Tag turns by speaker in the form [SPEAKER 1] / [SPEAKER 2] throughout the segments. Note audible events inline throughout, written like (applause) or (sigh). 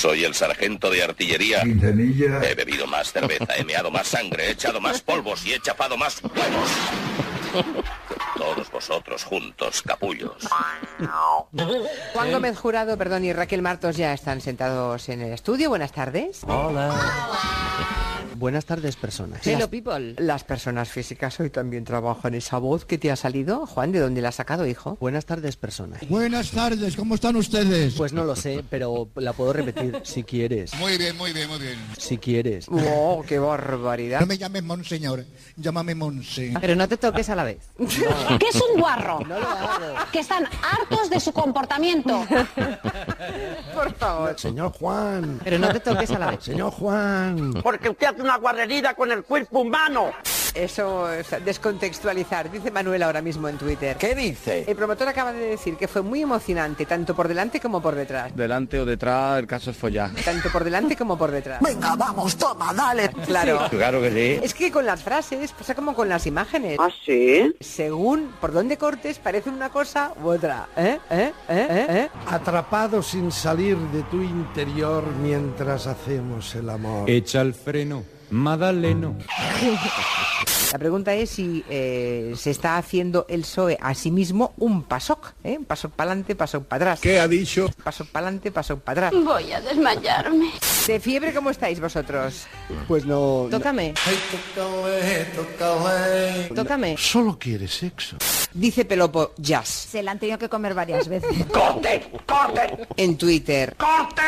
[SPEAKER 1] Soy el sargento de artillería.
[SPEAKER 2] Quintanilla.
[SPEAKER 1] He bebido más cerveza, he meado más sangre, he echado más polvos y he chapado más huevos. Todos vosotros juntos, capullos.
[SPEAKER 3] Juan Gómez Jurado, perdón, y Raquel Martos ya están sentados en el estudio. Buenas tardes.
[SPEAKER 4] Buenas tardes, personas.
[SPEAKER 3] Hello, people. Las personas físicas hoy también trabajan esa voz que te ha salido. Juan, ¿de dónde la has sacado, hijo?
[SPEAKER 4] Buenas tardes, personas.
[SPEAKER 5] Buenas tardes, ¿cómo están ustedes?
[SPEAKER 4] Pues no lo sé, pero la puedo repetir si quieres.
[SPEAKER 5] Muy bien, muy bien, muy bien.
[SPEAKER 4] Si quieres.
[SPEAKER 3] ¡Wow, qué barbaridad!
[SPEAKER 5] No me llames monseñor, llámame monse.
[SPEAKER 6] Pero no te toques a la vez.
[SPEAKER 7] que es un guarro,
[SPEAKER 4] No lo hago.
[SPEAKER 7] que están hartos de su comportamiento.
[SPEAKER 3] Por favor.
[SPEAKER 8] Señor Juan,
[SPEAKER 6] Pero no te toques a la vez.
[SPEAKER 8] señor Juan.
[SPEAKER 9] porque usted hace una guarrería con el cuerpo humano.
[SPEAKER 3] Eso es descontextualizar, dice Manuel ahora mismo en Twitter.
[SPEAKER 8] ¿Qué dice?
[SPEAKER 3] El promotor acaba de decir que fue muy emocionante, tanto por delante como por detrás.
[SPEAKER 10] Delante o detrás, el caso es follar.
[SPEAKER 3] Tanto por delante como por detrás.
[SPEAKER 8] Venga, vamos, toma, dale.
[SPEAKER 3] (laughs) Claro.
[SPEAKER 10] Claro que sí.
[SPEAKER 3] Es que con las frases pasa como con las imágenes.
[SPEAKER 9] ¿Ah, sí?
[SPEAKER 3] Según por dónde cortes, parece una cosa u otra. ¿Eh? ¿Eh? ¿Eh? ¿Eh? ¿Eh?
[SPEAKER 8] Atrapado sin salir de tu interior mientras hacemos el amor.
[SPEAKER 10] Echa el freno, Madaleno.
[SPEAKER 3] La pregunta es si eh, se está haciendo el PSOE a sí mismo un PASOK. ¿eh? Un paso para adelante, paso para atrás.
[SPEAKER 8] ha dicho?
[SPEAKER 3] Paso para adelante, paso para atrás.
[SPEAKER 7] Voy a desmayarme.
[SPEAKER 3] ¿De fiebre cómo estáis vosotros?
[SPEAKER 4] Pues no. no-
[SPEAKER 6] Tócame, tócame.
[SPEAKER 8] Solo quiere sexo.
[SPEAKER 10] (laughs)
[SPEAKER 3] Dice Pelopo Jazz
[SPEAKER 7] Se la han tenido que comer varias
[SPEAKER 3] (laughs)
[SPEAKER 7] veces.
[SPEAKER 9] ¡Corte! ¡Corte!
[SPEAKER 3] en Twitter.
[SPEAKER 9] ¡Corte!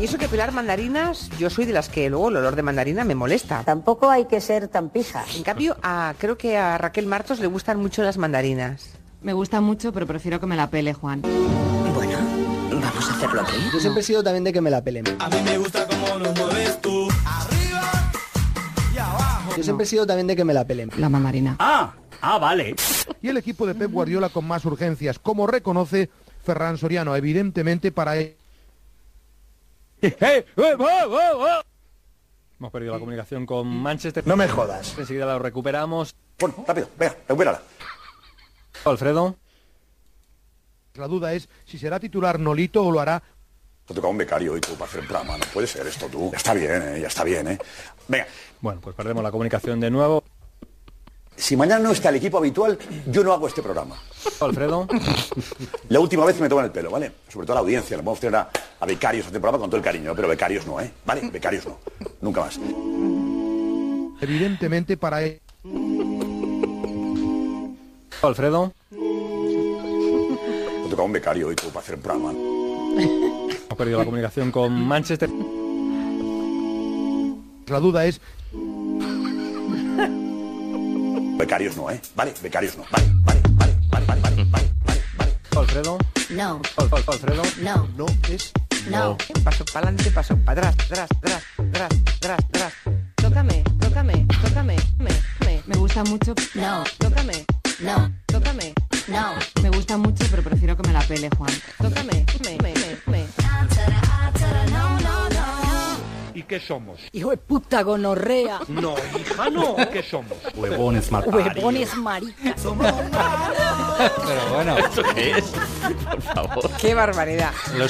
[SPEAKER 3] Y eso que pelar mandarinas, yo soy de las que luego el olor de mandarina me molesta.
[SPEAKER 11] Tampoco hay que ser tan pija.
[SPEAKER 3] En cambio, a, creo que a Raquel Martos le gustan mucho las mandarinas.
[SPEAKER 6] Me gusta mucho, pero prefiero que me la pele, Juan.
[SPEAKER 11] Bueno, vamos a hacerlo aquí.
[SPEAKER 4] Yo siempre he sido también de que me la pelen. Yo siempre he sido también de que me la pelen.
[SPEAKER 6] La mandarina.
[SPEAKER 9] ¡Ah! ¡Ah, vale!
[SPEAKER 8] Y el equipo de Pep Guardiola con más urgencias, como reconoce Ferran Soriano, evidentemente para él.
[SPEAKER 10] Eh, oh, Hemos perdido la comunicación con Manchester.
[SPEAKER 8] me jodas.
[SPEAKER 10] Enseguida la recuperamos.
[SPEAKER 8] rápido, venga, recupérala.
[SPEAKER 10] Alfredo.
[SPEAKER 8] La duda es si será titular Nolito o lo hará
[SPEAKER 2] Te toca un becario y tú para hacer plama. No puede ser esto tú. Ya está bien, ¿eh? ya está bien, ¿eh? Venga,
[SPEAKER 10] Bueno, pues perdemos la comunicación de nuevo.
[SPEAKER 2] si mañana no está el equipo habitual, yo no hago este programa.
[SPEAKER 10] Alfredo.
[SPEAKER 2] La última vez que me toman el pelo, ¿vale? Sobre todo a la audiencia. Vamos a tener a, a becarios a este programa con todo el cariño, pero becarios no, ¿eh? ¿Vale? Becarios no. Nunca más.
[SPEAKER 8] evidentemente para él.
[SPEAKER 10] Alfredo.
[SPEAKER 2] Te toca un becario y tú para hacer plama.
[SPEAKER 10] Hemos perdido la comunicación con Manchester.
[SPEAKER 8] La duda es
[SPEAKER 2] Becarios no, ¿eh? ¿Vale? Becarios no. Vale, vale, vale, vale, vale, vale, vale, vale, vale.
[SPEAKER 10] Alfredo.
[SPEAKER 7] No,
[SPEAKER 10] Al- Al- Alfredo.
[SPEAKER 7] no,
[SPEAKER 8] no es
[SPEAKER 7] no.
[SPEAKER 3] Paso para adelante, paso para atrás, tras, tras, tras, tras, tras.
[SPEAKER 6] Tócame, tócame, tócame. Me, me. me gusta mucho.
[SPEAKER 7] No.
[SPEAKER 6] Tócame,
[SPEAKER 7] No,
[SPEAKER 6] tócame.
[SPEAKER 7] no.
[SPEAKER 6] Me gusta mucho, pero prefiero que me la pele, Juan. Tócame, me, me, me, me.
[SPEAKER 2] ¿Y qué somos?
[SPEAKER 11] Hijo de puta gonorrea.
[SPEAKER 2] No, hija, no. ¿Qué somos?
[SPEAKER 10] Huevones
[SPEAKER 11] Huevones marica.
[SPEAKER 10] Pero bueno.
[SPEAKER 3] ¡Qué barbaridad!
[SPEAKER 10] Los